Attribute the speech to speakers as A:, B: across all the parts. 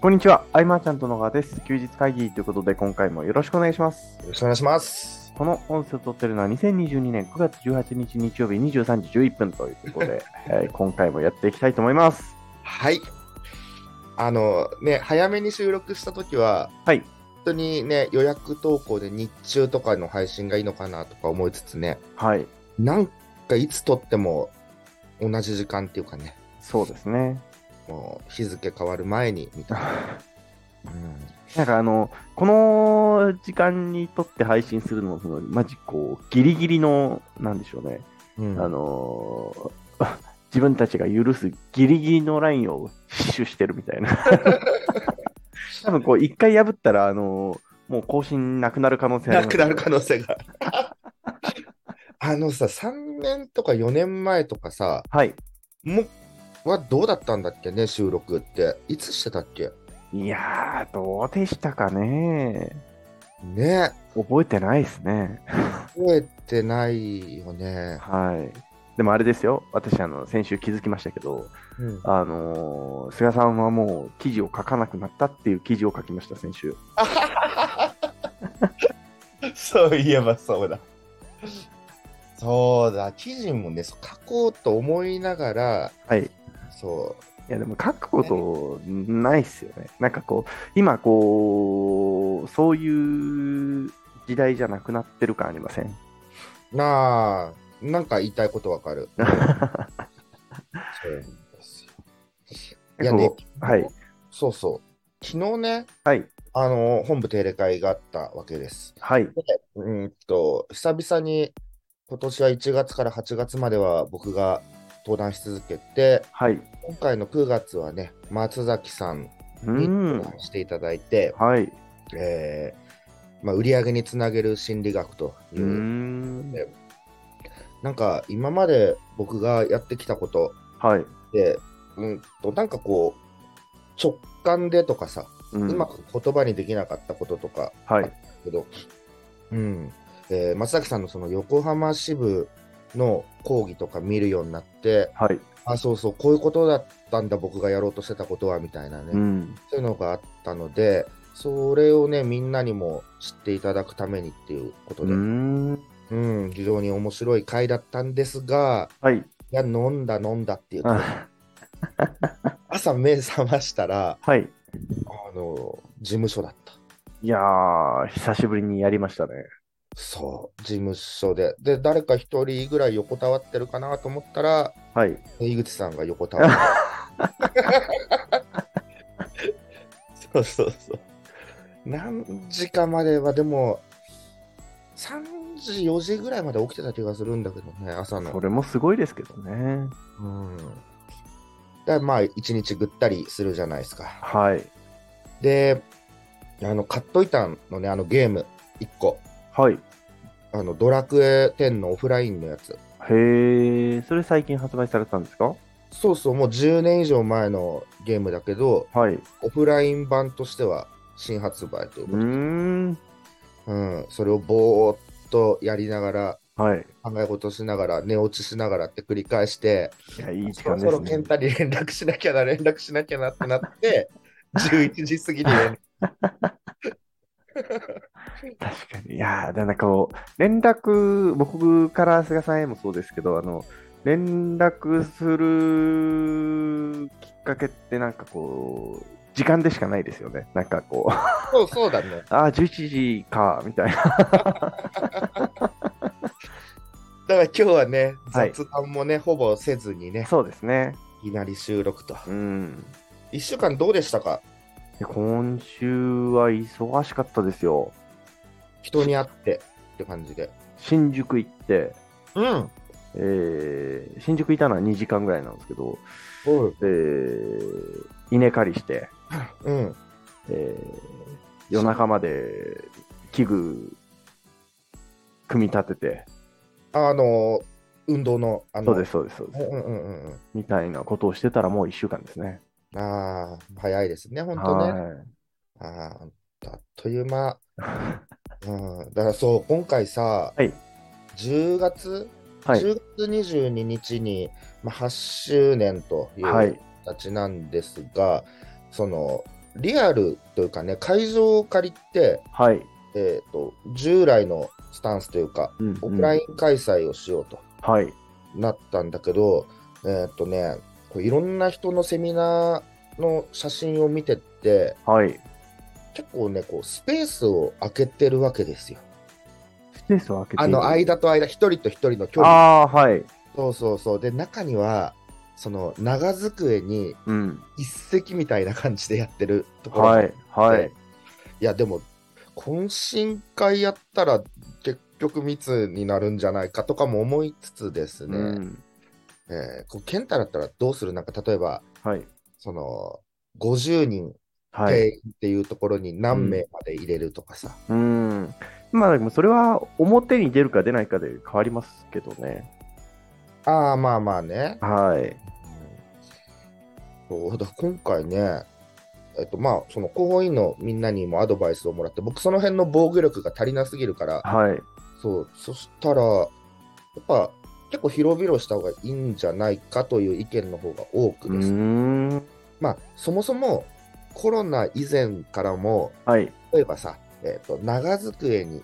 A: こんにちは、アイマーちゃんと野川です。休日会議ということで、今回もよろしくお願いします。
B: よろしくお願いします。
A: この音声を撮ってるのは2022年9月18日日曜日23時11分ということで、えー今回もやっていきたいと思います。
B: はい。あのね、早めに収録したときは、
A: はい。
B: 本当にね、予約投稿で日中とかの配信がいいのかなとか思いつつね、
A: はい。
B: なんかいつ撮っても同じ時間っていうかね、
A: そうですね。
B: もう日付変わる前にみたいな。うん
A: なんかあの、この時間に撮って配信するの、そのマジこう、ギリギリの、なんでしょうね、
B: うん
A: あのー 自分たちが許すギリギリのラインを死守してるみたい な。多分こう、一回破ったら、あのーもう更新なくなる可能性あり
B: な
A: ま
B: く
A: す
B: なる可能性が。 あのさ、3年とか4年前とかさ、
A: はい。
B: もはどうだったんだっけね、収録って。いつしてたっけ
A: いやー、どうでしたかね。
B: ね
A: 覚えてないですね。
B: 覚えてないよね。
A: はい。でもあれですよ、私、あの先週気づきましたけど、
B: うん、
A: あのー菅さんはもう記事を書かなくなったっていう記事を書きました、先週。
B: そういえばそうだ。そうだ、記事もね、そう書こうと思いながら、
A: はい。
B: そ
A: いやでも書くことないっすよね。なんかこう、今こう、そういう時代じゃなくなってる感ありません。
B: う、なあ、なんか言いたいこと わかる。そうなんですよいやね
A: こ、うはい。
B: そうそう、昨日ね、
A: はい。
B: あの本部定例会があったわけです。
A: はい。
B: うーんと、久々に今年は1月から8月までは僕が登壇し続けて、
A: はい。
B: 今回の9月はね、松崎さん
A: う
B: に
A: ん。
B: していただいて、
A: はい。
B: えーまあ、売り上げにつなげる心理学というう、
A: ん。
B: なんか今まで僕がやってきたこと
A: はい。
B: で、うんと、なんかこう、直感でとかさ、
A: う
B: うんまく言葉にできなかったこととか、
A: はい。
B: けど、うんえー松崎さんのその横浜支部の講義とか見るようになって、
A: はい。
B: あ、そうそう、こういうことだったんだ、僕がやろうとしてたことは、みたいなね。
A: うん。
B: そういうのがあったので、それをね、みんなにも知っていただくためにっていうこと
A: う
B: で、うん、
A: ん。
B: 非常に面白い回だったんですが、
A: はい。
B: いや、飲んだ飲んだっていうか、
A: あ
B: 朝目覚ましたら、
A: はい。
B: あの、事務所だった。
A: いやー、久しぶりにやりましたね。
B: そう、事務所で。で、誰か一人ぐらい横たわってるかなと思ったら、
A: はい。
B: 井口さんが横たわってる。そうそうそう。何時かまでは、でも、3時、4時ぐらいまで起きてた気がするんだけどね、朝の。
A: それもすごいですけどね。
B: うん。だからまあ、一日ぐったりするじゃないですか。
A: はい。
B: で、あの、買っといたのね、あのゲーム、1個。
A: はい。
B: あの、ドラクエ10のオフラインのやつ。
A: へえ、それ最近発売されたんですか
B: そうそう、もう10年以上前のゲームだけど、
A: はい。
B: オフライン版としては新発売ということ
A: うー
B: で、
A: ん。
B: うんそれをぼーっとやりながら、
A: はい。
B: 考え事しながら、寝落ちしながらって繰り返して、
A: いや、いい時
B: そ
A: 間
B: ろ
A: で
B: そ
A: す
B: ろ
A: ね
B: 健。太に連絡しなきゃな、連絡しなきゃなってなって、11時過ぎに連
A: 確かに。いやー、でなんかこう、連絡、僕から菅さんへもそうですけど、あの、連絡するきっかけってなんかこう、時間でしかないですよね。なんかこう、 あ
B: 絡。そうそうだね。
A: あ、11時か、みたいな。
B: だから今日はね、
A: はい
B: 雑談もね、ほぼせずにね、
A: そうですね。
B: いきなり収録と。
A: うん。
B: 1週間どうでしたか
A: で今週は忙しかったですよ。
B: 人に会ってって感じで。
A: 新宿行って、
B: うん。
A: えー新宿いたのは2時間ぐらいなんですけど、
B: おう
A: えー稲刈りして、
B: うん。
A: えー夜中まで器具組み立てて、
B: あの、運動の、あの、
A: そうです、そうです、そうです、
B: うんうんうんうん。
A: みたいなことをしてたらもう1週間ですね。
B: ああ、早いですね、本当ね。あーあっとい う間。うん、だからそう、今回さ、
A: はい
B: 10月、
A: はい。はい。
B: 10月22日に、まあ、8周年とい
A: は
B: う
A: い。
B: 形なんですが、そのリアルというかね、会場を借りて、
A: はい。
B: えー、と従来のスタンスというか、
A: うん
B: オフライン開催をしようと
A: はい。
B: なったんだけど、えっとね、こういろんな人のセミナーの写真を見てって、
A: はい。
B: 結構ね、こうスペースを空けてるわけですよ。
A: スペースを開けて
B: あ
A: いる
B: の間と間、一人と一人の距離。
A: ああー、はい。
B: そうそうそう。で、中には、その長机に
A: うん。
B: 一席みたいな感じでやってるところがあ
A: は
B: って
A: い。はい。
B: いや、でも、懇親会やったら結局密になるんじゃないかとかも思いつつですね、
A: うん。
B: えーこう健太だったらどうするなんか例えば、
A: はい。
B: その、50人
A: はい。
B: 定員っていうところに何名まで入れるとかさ、
A: うん。まあでもそれは表に出るか出ないかで変わりますけどね。
B: ああ、まあまあね。
A: はい。
B: そうだ今回ね、えっとまあ、その広報員のみんなにもアドバイスをもらって、僕、その辺の防御力が足りなすぎるから、
A: はい。
B: そう、そしたら、やっぱ結構広々した方がいいんじゃないかという意見の方が多
A: う
B: くです。
A: ーん。
B: まあ、そもそもコロナ以前からも、
A: はい。
B: 例えばさ、えっと長机に、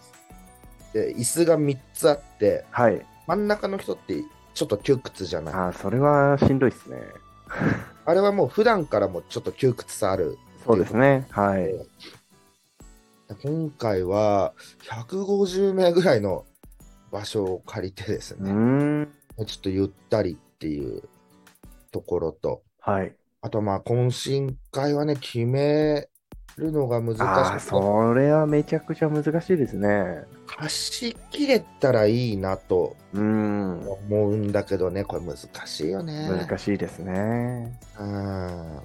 B: えー椅子が3つあって、
A: はい。
B: 真ん中の人ってちょっと窮屈じゃない。
A: ああ、それはしんどいっすね。
B: あれはもう普段からもちょっと窮屈さある。
A: そうですね。はい。
B: 今回は150名ぐらいの場所を借りてです
A: うー
B: ね、
A: ん。
B: ちょっとゆったりっていうところと、
A: はい。
B: あとまあ懇親会はね、決めるのが難
A: ああ、
B: しくて、
A: それはめちゃくちゃ難しいですね。
B: 貸し切れたらいいなと
A: うーん。
B: 思うんだけどね、これ難しいよね。
A: 難しいですね。
B: うん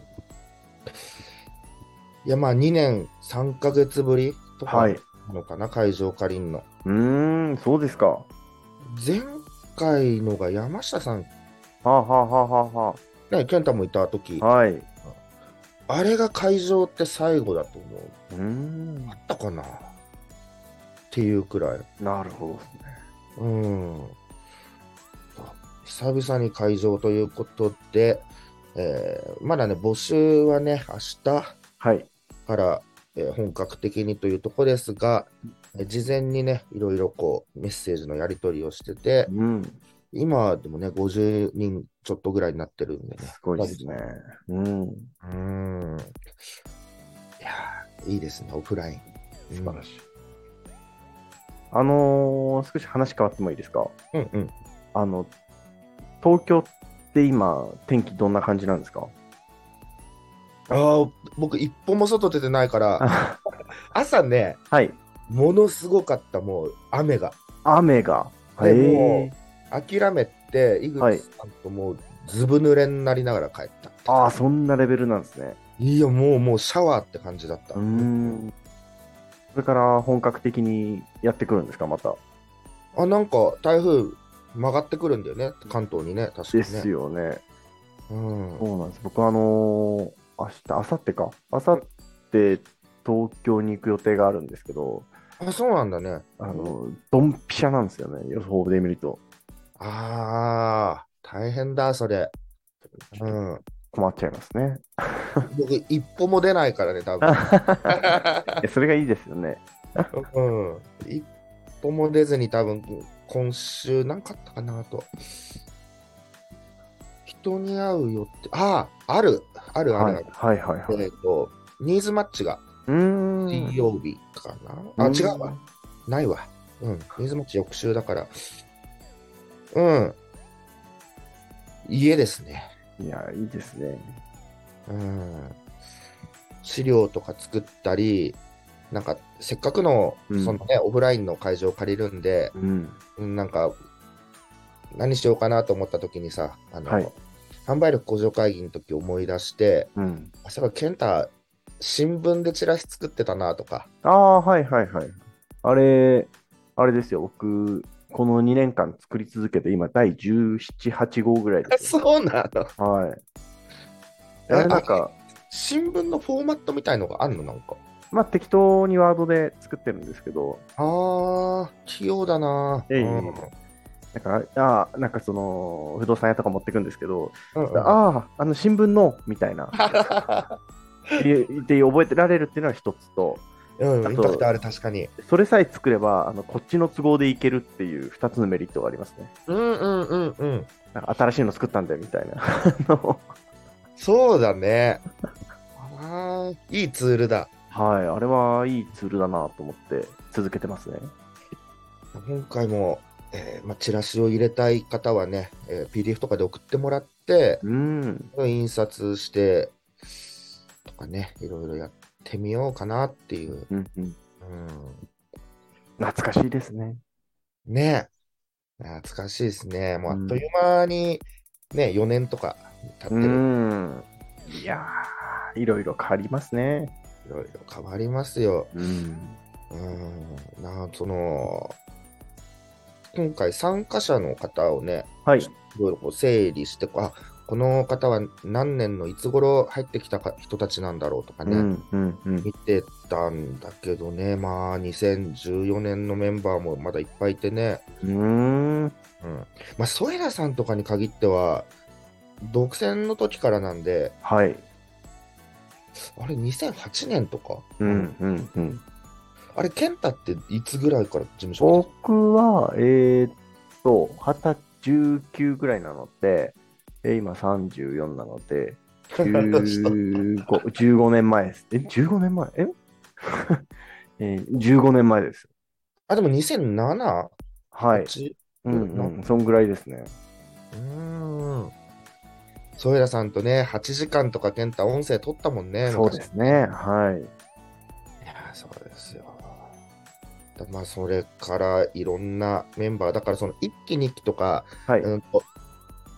B: いやまあ2年3ヶ月ぶりとか
A: はい。
B: な
A: う
B: のかな、会場借りんの。
A: ーん、そうですか。は
B: 前回のが山下さん、ね、
A: あ、はあはあはあは
B: 健太もいた時
A: あ、はい。う
B: あれが会場って最後だと思う。
A: ーん
B: あ、ったかなっていうくらい。
A: なるほどですね。
B: うん。久々に会場ということで、えーまだね、募集はね、明日
A: はい。
B: から、えー本格的にというとこですが、えー事前にね、いろいろこう、メッセージのやり取りをしてて、
A: うん、
B: 今でもね、50人ちょっとぐらいになってるんでね。
A: すごいですね。うん、
B: うん。いやーいいですね、オフライン。
A: 素晴らしい。あのー少し話変わってもいいですか
B: うんうん。
A: あの、東京って今、天気どんな感じなんですか
B: ああ、僕、一歩も外出てないから、
A: あ
B: 朝ね、
A: はい。
B: ものすごかった、もう雨が。
A: 雨が。
B: で
A: へー
B: も諦めて、井
A: はい
B: 口さんともうずぶ濡れになりながら帰った。
A: ああ、そんなレベルなんですね。
B: いや、もうもうシャワーって感じだった。
A: うーん。それから本格的にやってくるんですか、また。
B: あ、なんか台風曲がってくるんだよね、関東にね、確か
A: で
B: にね。
A: すよね。
B: うん、
A: そうなんです。僕、あのー明日、明後日か。明後日、東京に行く予定があるんですけど、
B: あ、そうなんだね。
A: あの、ドンピシャなんですよね、予報で見ると。
B: ああ、大変だ、それ。うん、
A: 困っちゃいます ね。
B: 僕、一歩も出ないからね、多分。
A: えそれがいいですよね。
B: うん、一歩も出ずに多分今週何かあったかなと。人に会うよって、ああ、ある、あるあ
A: はい、
B: るあ
A: はい
B: る。、
A: はいはい。
B: えっ、と、ニーズマッチが
A: うーん。
B: 金曜日か
A: う
B: な。あ、
A: ん
B: 違うわ。ないわ。うん、ニーズマッチ翌週だから。うん。家ですね。
A: いや、いいですね。
B: うん。資料とか作ったり、なんかせっかくの、
A: うん
B: そのね、オフラインの会場を借りるんで、
A: うん。
B: うんなんか、何しようかなと思った時にさ、あの、
A: はい
B: 販売力向上会議の時思い出して、
A: うん。
B: あ、そういえば健太、新聞でチラシ作ってたなとか、
A: ああ、はいはいはい。あれ、あれですよ、僕、この2年間作り続けて、今、第17、8号ぐらいですよ。
B: そうなの
A: はい。
B: あ
A: あれなんか、
B: 新聞のフォーマットみたいのがあんのなんか。
A: まあ、適当にワードで作ってるんですけど、
B: あー、器用だな
A: ええ
B: うん
A: なんか、ああ、なんかその、不動産屋とか持ってくんですけど、
B: うんうん
A: ああ、あの新聞の、みたいな。で覚えてられるっていうのが一つと、
B: う
A: あと
B: ん、インパクトある、確かに。
A: それさえ作れば、あのこっちの都合でいけるっていう二つのメリットがありますね。
B: うんうんうんうん。
A: なんか新しいの作ったんだよみたいな。 あの
B: そうだね。あーいいツールだ。
A: はい、あれはいいツールだなと思って続けてますね。
B: 今回も、えーまあ、チラシを入れたい方はね、えー PDF とかで送ってもらって、
A: うん。
B: 印刷して、とかね、いろいろやってみようかなっていう。
A: うんうん、
B: うん、
A: 懐かしいですね。
B: ね懐かしいですね。もうあっという間に、ね、4年とか経って
A: う
B: る。
A: ん。いやー、いろいろ変わりますね。
B: いろいろ変わりますよ。
A: うん。
B: うん、なその、今回参加者の方をね、
A: はい。
B: いろいろこう整理してこうあこの方は何年のいつ頃入ってきたか人たちなんだろうとかね、
A: うんうんうん。
B: 見てたんだけどね、まあ、2014年のメンバーもまだいっぱいいてね、
A: うん。
B: うんまあ、ソエラさんとかに限っては、独占の時からなんで、
A: はい。
B: あれ、2008年とか、
A: うんうんうん。
B: あれ、健太っていつぐらいから事務所来
A: 僕は、えー、っと、20、19ぐらいなので、え今34なので、
B: た
A: 15, 15年前です。え、15年前え えー、15年前です。
B: あ、でも 2007?
A: はい。
B: 8
A: うん、うん、そんぐらいですね。
B: うーん。ソエラさんとね、8時間とか健太音声取ったもんね。
A: そうですね。はい。
B: 昔いやー、そうですよ。だまあ、それからいろんなメンバー、だからその1期、2期とか、
A: はい。
B: うんと、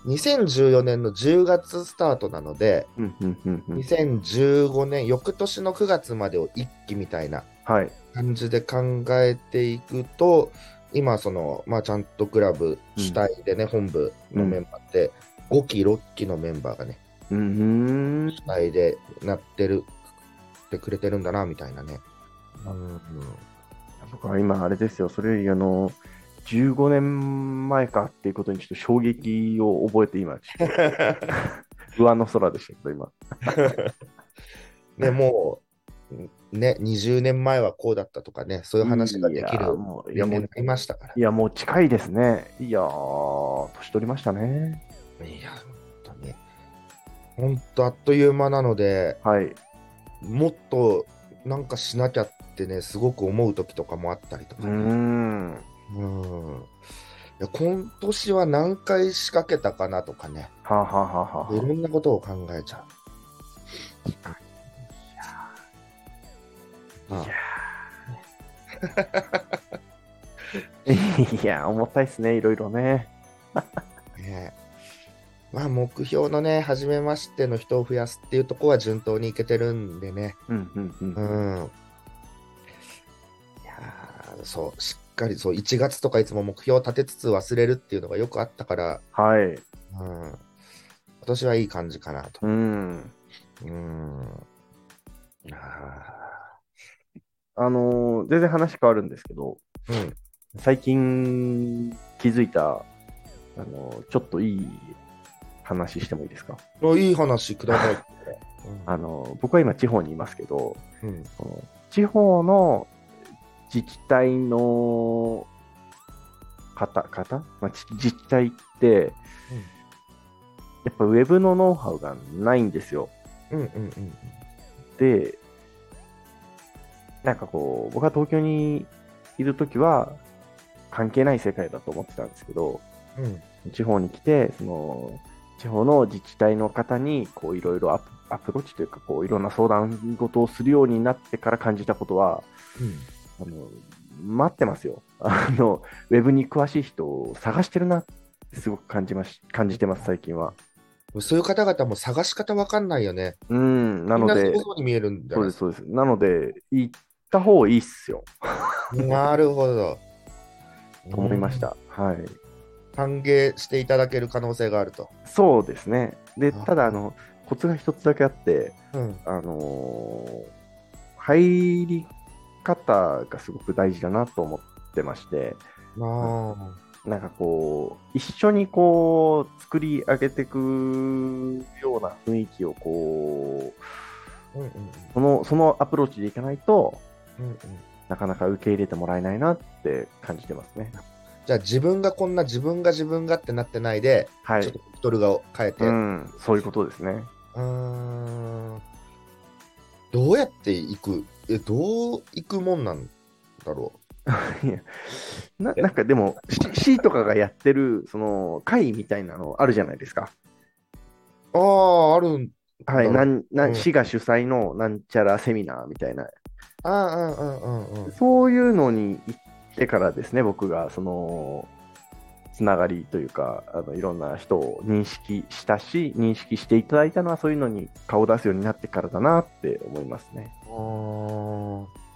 B: 2014年の10月スタートなので、
A: うんうんうんうん
B: 2015年、翌年の9月までを1期みたいな
A: はい。
B: 感じで考えていくと、今、その、まあ、ちゃんとクラブ主体でね、本部のメンバーって、5期、6期のメンバーがね、
A: うーん。
B: 主体でなってるってくれてるんだなみたいなね。うん、
A: 僕は今、あれですよ。それより、あの、15年前かっていうことにちょっと衝撃を覚えて 今、ちょっと上の空でしたけど、今。
B: でもうね20年前はこうだったとかねそういう話ができ
A: いや
B: る
A: もういや
B: 4
A: も
B: 年に
A: う
B: なりましたから。
A: いや、もう近いですね。いやー、年取りましたね。
B: いや本当に本当あっという間なので
A: はい。
B: もっとなんかしなきゃってねすごく思う時とかもあったりと
A: う
B: か
A: ー
B: ね、
A: ん。
B: うんいや今年は何回仕掛けたかなとかね
A: はあ、はあはあはいあ
B: ろんなことを考えちゃう。ああ
A: いや、重たいですね、いろいろね。
B: ねえまあ目標のね、初めましての人を増やすっていうところは順当にいけてるんでね。
A: うんうんうん
B: う。ん。いやーそう、しっかりそう、1月とかいつも目標を立てつつ忘れるっていうのがよくあったから、
A: はい。
B: うん。今年はいい感じかなと。
A: うん。
B: うん。あ
A: あのー全然話変わるんですけど、
B: ーうん。
A: 最近気づいた、あのーちょっといい話してもいいですか
B: おいい話ください。うん
A: あのー僕は今地方にいますけど、
B: うん
A: この地方の自治体の方、方、まあ、ち自治体って、やっぱウェブのノウハウがないんですよ。
B: うんうんうん
A: で、なんかこう、僕は東京にいるときは関係ない世界だと思ってたんですけど、
B: うんうん
A: 地方に来て、その、地方の自治体の方に、こう、いろいろアプアプローチというか、こう、いろんな相談事をするようになってから感じたことは、
B: うん
A: あの、待ってますよ。 あの、ウェブに詳しい人を探してるなってすごく感じまし、感じてます、最近は。
B: そういう方々も探し方わかんないよね。
A: うん、なの
B: みん
A: で
B: な、そうに見えるんだ
A: そう
B: よ
A: です、そうです。なので、行った方がいいっすよ、
B: なるほど。
A: と思いまし。た。はい。
B: 歓迎していただける可能性があると。
A: そうですね。で、
B: あ
A: ただ、あの、コツが一つだけあって、
B: うん。
A: あのー入り方がすごく大事だなと思ってまして、
B: ま
A: なんかこう、一緒にこう、作り上げていくような雰囲気をこう、
B: うんうん
A: そのそのアプローチでいかないと、
B: うんうん
A: なかなか受け入れてもらえないなって感じてますね。
B: じゃあ自分がこんな自分が自分がってなってないで、
A: は
B: ちょっ
A: い
B: と。ベクトルが変えて、
A: う、
B: うん
A: そういうことですね。
B: ーんどうやっていくえどういくもんなんだろ
A: いやななんかでも、C, C とかがやってる、その、会みたいなのあるじゃないですか。
B: うあああるん
A: は
B: う
A: い、
B: ん
A: なんな
B: うん
A: ん市が主催のなんちゃらセミナーみたいな、
B: ああうんうんうんうん
A: そういうのに行ってからですね、僕が、その、つながりというか、あのいろんな人を認識したし、認識していただいたのは、そういうのに顔を出すようになってからだなって思いますね。
B: ああ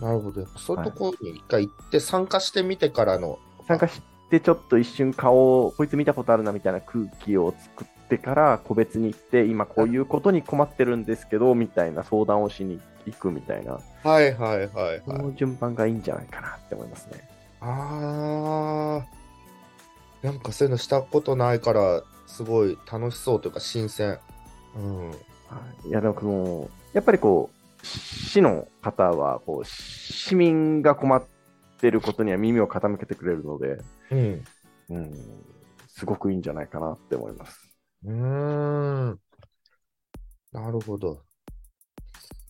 B: なるほどやっぱそういうところに一回行って参加してみてからの、
A: 参加してちょっと一瞬顔をこいつ見たことあるなみたいな空気を作ってから個別に行って今こういうことに困ってるんですけどみたいな相談をしに行くみたいな
B: はいはいはい
A: こ
B: はい、
A: の順番がいいんじゃないかなって思いますね
B: あーなんかそういうのしたことないからすごい楽しそうというか新鮮うん
A: はいいやでもこのやっぱりこう市の方はこう市民が困ってることには耳を傾けてくれるので、
B: うん
A: うん、すごくいいんじゃないかなって思います
B: うーんなるほど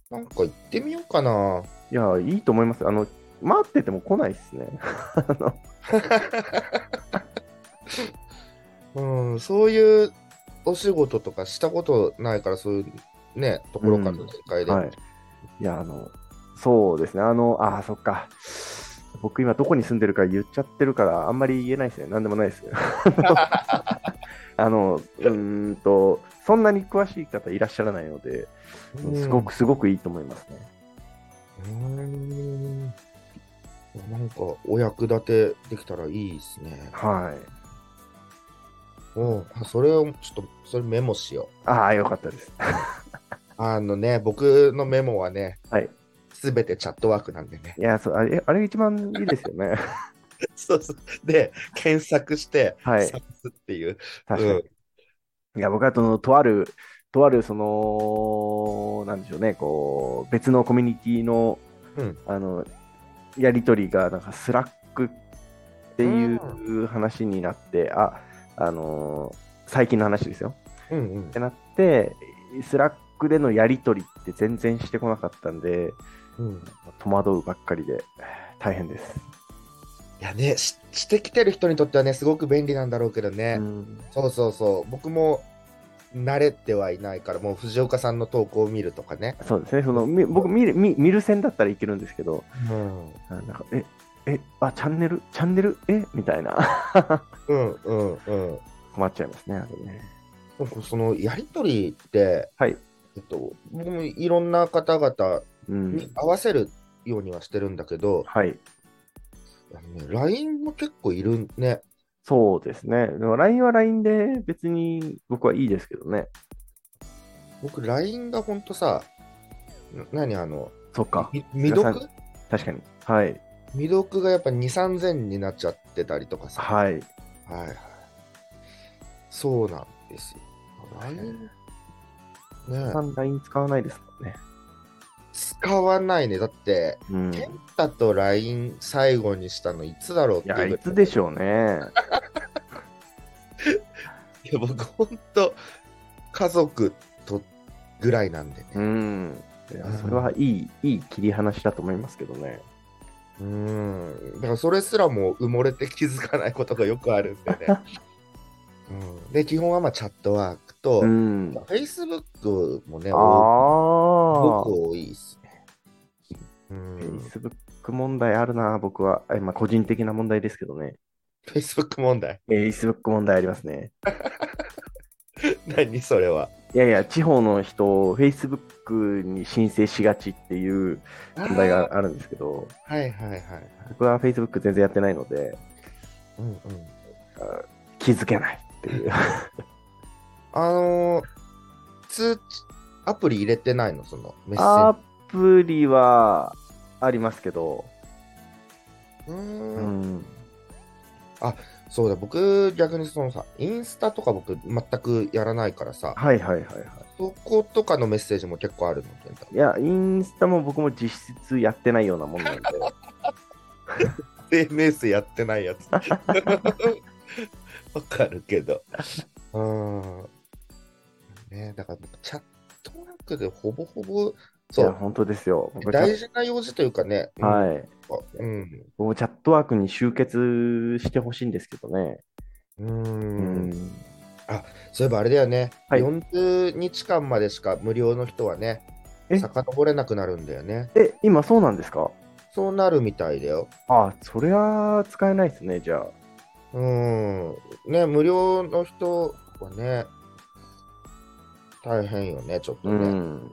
B: なんか行ってみようかない
A: やいいと思いますあの待ってても来ないっすねあの
B: うんそういうお仕事とかしたことないからそういうねところからの世界で、
A: はい。いや、あの、そうですね。あの、ああ、そっか。僕今どこに住んでるか言っちゃってるから、あんまり言えないですね。なんでもないです。 あの、うーんと、そんなに詳しい方いらっしゃらないので、
B: うん
A: すごくすごくいいと思いますね。
B: うーんなんかお役立てできたらいいですね
A: はい。
B: うん、あそれをちょっと、それメモしよ
A: ああ、よかったです。
B: う。あのね、僕のメモはね、
A: はい。
B: すべてチャットワークなんでね。
A: いや、そうあれ、あれ一番いいですよね。
B: そうそう。で、検索して、
A: はい
B: 探すっていう。
A: 確かに。いや、僕はその、とある、とある、その、なんでしょうね、こう、別のコミュニティの、
B: うん
A: あの、やりとりが、なんか、スラックっていう話になって、あ、あのー最近の話ですよ。
B: うん、うんうん
A: ってなって、スラックでのやりとりって全然してこなかったんで、
B: うん。
A: 戸惑うばっかりで、大変です。
B: いやねし、してきてる人にとってはね、すごく便利なんだろうけどね。
A: うん
B: そうそうそう。僕も慣れてはいないから、もう藤岡さんの投稿を見るとかね。
A: そうですね、その、み僕見る、見見る線だったらいけるんですけど、
B: うん。
A: あなんか、え、え、あ、チャンネル、チャンネル、えみたいな、
B: うんうんうん。
A: 困っちゃいますね、あれね。
B: なんかそのやりとりって、
A: はい。
B: えっと、僕もいろんな方々
A: う
B: に
A: ん。
B: 合わせるようにはしてるんだけど、
A: はい。
B: あのね、LINE も結構いるね。
A: そうですね。でも LINE は LINE で別に僕はいいですけどね。
B: 僕、LINE がほんとさ、な何あの、
A: そっか。
B: み未
A: 皆さ
B: 読
A: 確かに。はい。
B: 未読がやっぱ2、3000になっちゃってたりとかさ。は
A: はい。
B: いはい。そうなんですよ。LINE ね
A: さん LINE 使わないですもんね。
B: 使わないね。だって、
A: うん。
B: 健太と LINE 最後にしたのいつだろうっ
A: い
B: ていうぐ
A: や、
B: らい
A: いつでしょうね。
B: いや僕ほんと家族とぐらいなんでね。
A: うん。いやそれはいい、いい切り離しだと思いますけどね。
B: うん。だからそれすらも埋もれて気づかないことがよくあるんで ね。うん、で、基本はまあチャットワークと、
A: うん。
B: Facebook もね、
A: あ
B: 多いす
A: あ
B: ご。く多いですね。うん、
A: Facebook 問題あるな、僕は。えまあ、個人的な問題ですけどね。
B: Facebook 問題
A: えー、Facebook 問題ありますね。
B: 何それは。
A: いやいや、地方の人、Facebook に申請しがちっていう問題があるんですけど、
B: あーはいはいはい。
A: 僕は Facebook 全然やってないので、
B: うんうん、
A: 気づけないっていう。
B: あのー通知、アプリ入れてないのそのメッセー
A: アプリはありますけど、
B: ジ。う
A: う
B: ーん
A: ん。
B: そうだ、僕、逆にそのさ、インスタとか僕、全くやらないからさ、
A: はいはいはいはい。
B: そことかのメッセージも結構あるの、健 太
A: いや、インスタも僕も実質やってないようなもんなんで、
B: SNS やってないやつ。 わかるけど。うん。ねだからチャットなんかでほぼほぼ、
A: い
B: そ
A: や、
B: う、
A: 本当ですよ。僕
B: 大事な用事というかね、うん
A: はい。
B: うん。
A: 僕もチャットワークに集結してほしいんですけどね。
B: うん
A: うん。
B: そういえばあれだよね、
A: はい
B: 40日間までしか無料の人はね、
A: え
B: 遡れなくなるんだよね。
A: え、今そうなんですか
B: そうなるみたいだよ。
A: あ、それは使えないですね、じゃあ。
B: うん。ね、無料の人はね、大変よね、ちょっと
A: うん。
B: ね。うん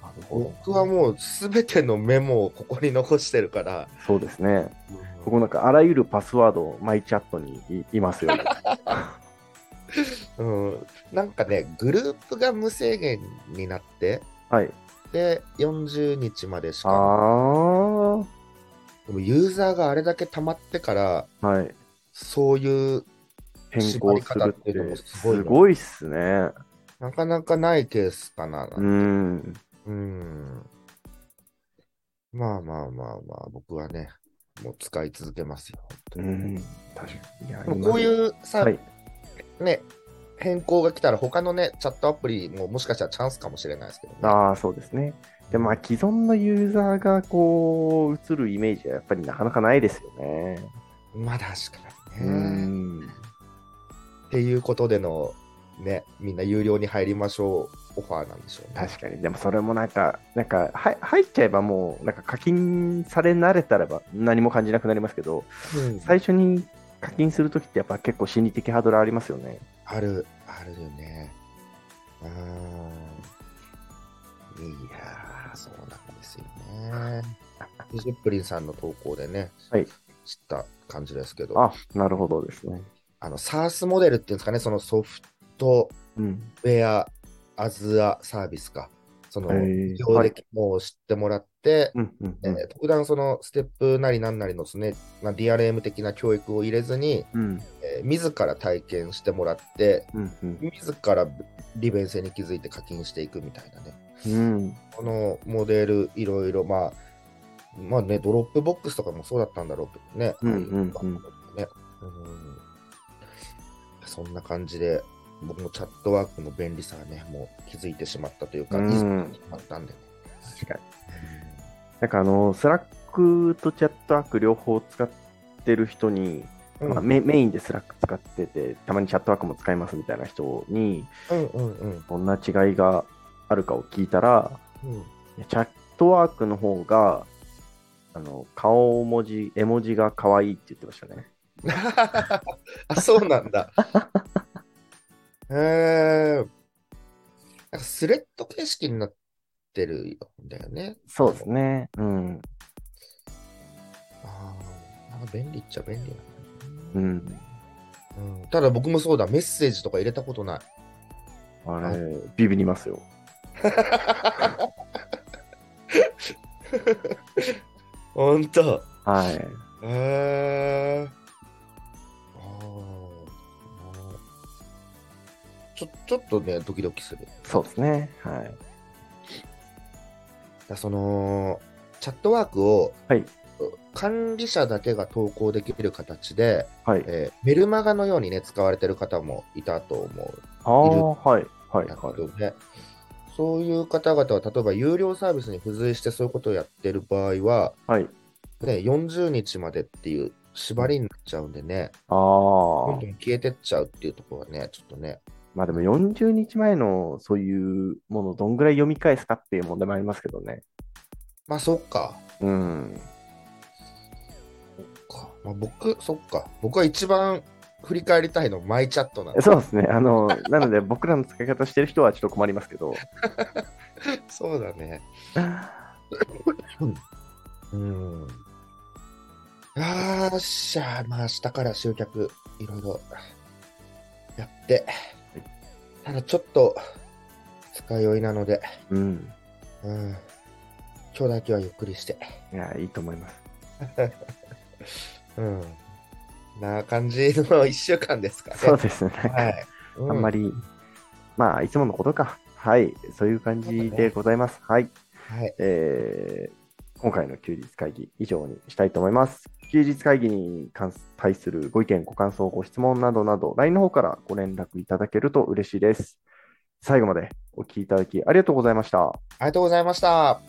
A: なるほど
B: 僕はもうすべてのメモをここに残してるから、
A: そうですね。
B: こ
A: 僕なんかあらゆるパスワードをマイチャットにいいますよ。
B: こうん、なんかねグループが無制限になって
A: はい。
B: で40日までし
A: あ
B: か
A: あ。は
B: でもユーザーがあれだけ溜まってから
A: い。
B: そういう
A: 変更するって
B: 縛り方っていうのもすごい
A: す
B: な
A: ごいっすね。
B: なかなかないケースかな。
A: うん。
B: うんまあまあまあまあ僕はねもう使い続けますよ。
A: うん。確かに。いや
B: でもこういうさ、
A: はい。
B: ね、変更が来たら、他のね、チャットアプリももしかしたらチャンスかもしれないですけどね。
A: ああ、そうですね。で、まあ、既存のユーザーがこう、映るイメージはやっぱりなかなかないですよね。
B: まあ確か
A: う
B: にね。
A: ん。
B: っていうことでの、ね、みんな有料に入りましょうオファーなんでしょうね。
A: 確かに。でもそれもなんか、なんか、は入っちゃえばもう、なんか課金され慣れたらば何も感じなくなりますけど、
B: うん
A: 最初に課金するときってやっぱ結構心理的ハードルありますよね。
B: ある、あるよね。あーいやー、そうなんですよね。ジップリンさんの投稿でね、
A: はい
B: 知った感じですけど、あ
A: あ、なるほどですね。
B: の、サースモデルっていうんですかね、そのソフト
A: うん。
B: ウェア・アズア・サービスか、そ
A: へ
B: の、
A: ー
B: 業で機能を知ってもらって、
A: うん、うん、うん
B: えー特段そのステップなりなんなりのですね、まあ、DRM 的な教育を入れずに、
A: うん、
B: えー自ら体験してもらって、
A: うん、うん
B: 自ら利便性に気づいて課金していくみたいなね。
A: うん。
B: このモデル、いろいろ、まあ、まあね、ドロップボックスとかもそうだったんだろうけどね。
A: うんうんうん
B: ねうんそんな感じで、僕もチャットワークの便利さはね、もう気づいてしまったというか、
A: うん
B: 気づいてしまったんでね。
A: 確かに。なんかあの、スラックとチャットワーク両方使ってる人に、
B: うん
A: まあ、メメインでスラック使ってて、たまにチャットワークも使いますみたいな人に、
B: うんうんうん
A: どんな違いがあるかを聞いたら、
B: うん。
A: いやチャットワークの方が、あの顔文字、絵文字が可愛いって言ってましたね。
B: あ、そうなんだ。えー、なんかスレッド形式になってるんだよね。
A: そうですね。うん。
B: あーなんか便利っちゃ便利
A: う
B: な、
A: ん。
B: うんただ僕もそうだ、メッセージとか入れたことない。
A: あれ、ビビりますよ。
B: ほんと。
A: はい。
B: えー、あーちょちょっとね、ドキドキする。
A: そうですね。はい。
B: だそのチャットワークを、
A: はい
B: 管理者だけが投稿できる形で、
A: はい。
B: えーメルマガのようにね使われてる方もいたと思う
A: ああ、はい。はい。
B: んだ
A: は
B: けどね、そういう方々は例えば有料サービスに付随してそういうことをやってる場合は、
A: い。はい。
B: ね、40日までっていう縛りになっちゃうんでね、
A: あ
B: どん
A: あ
B: ど。ん消えてっちゃうっていうところはね、ちょっとね、
A: まあでも40日前のそういうものをどんぐらい読み返すかっていう問題もありますけどね。
B: まあそっか、
A: うん。
B: かまあ、僕、そっか、僕は一番振り返りたいのマイチャ ットなんで
A: そうですね。あの、なので僕らの使い方してる人はちょっと困りますけど。
B: そうだね。うん。あーっしゃー、まあ明日から集客、いろいろやって、ただちょっと使い酔いなので、
A: うん。
B: うん。今日だけはゆっくりして。
A: いや、いいと思います。
B: うん。な感じの一週間ですかね。
A: そうですね。なんか
B: はい。
A: あんま
B: り、
A: りまあ、いつものことか。はい。そういう感じでございます。はい。
B: はい。
A: えー今回の休日会議以上にしたいと思います。休日会議に関す対するご意見、ご感想、ご質問などなど、LINE の方からご連絡いただけると嬉しいです。最後までお聞きいただきありがとうございました。
B: ありがとうございました。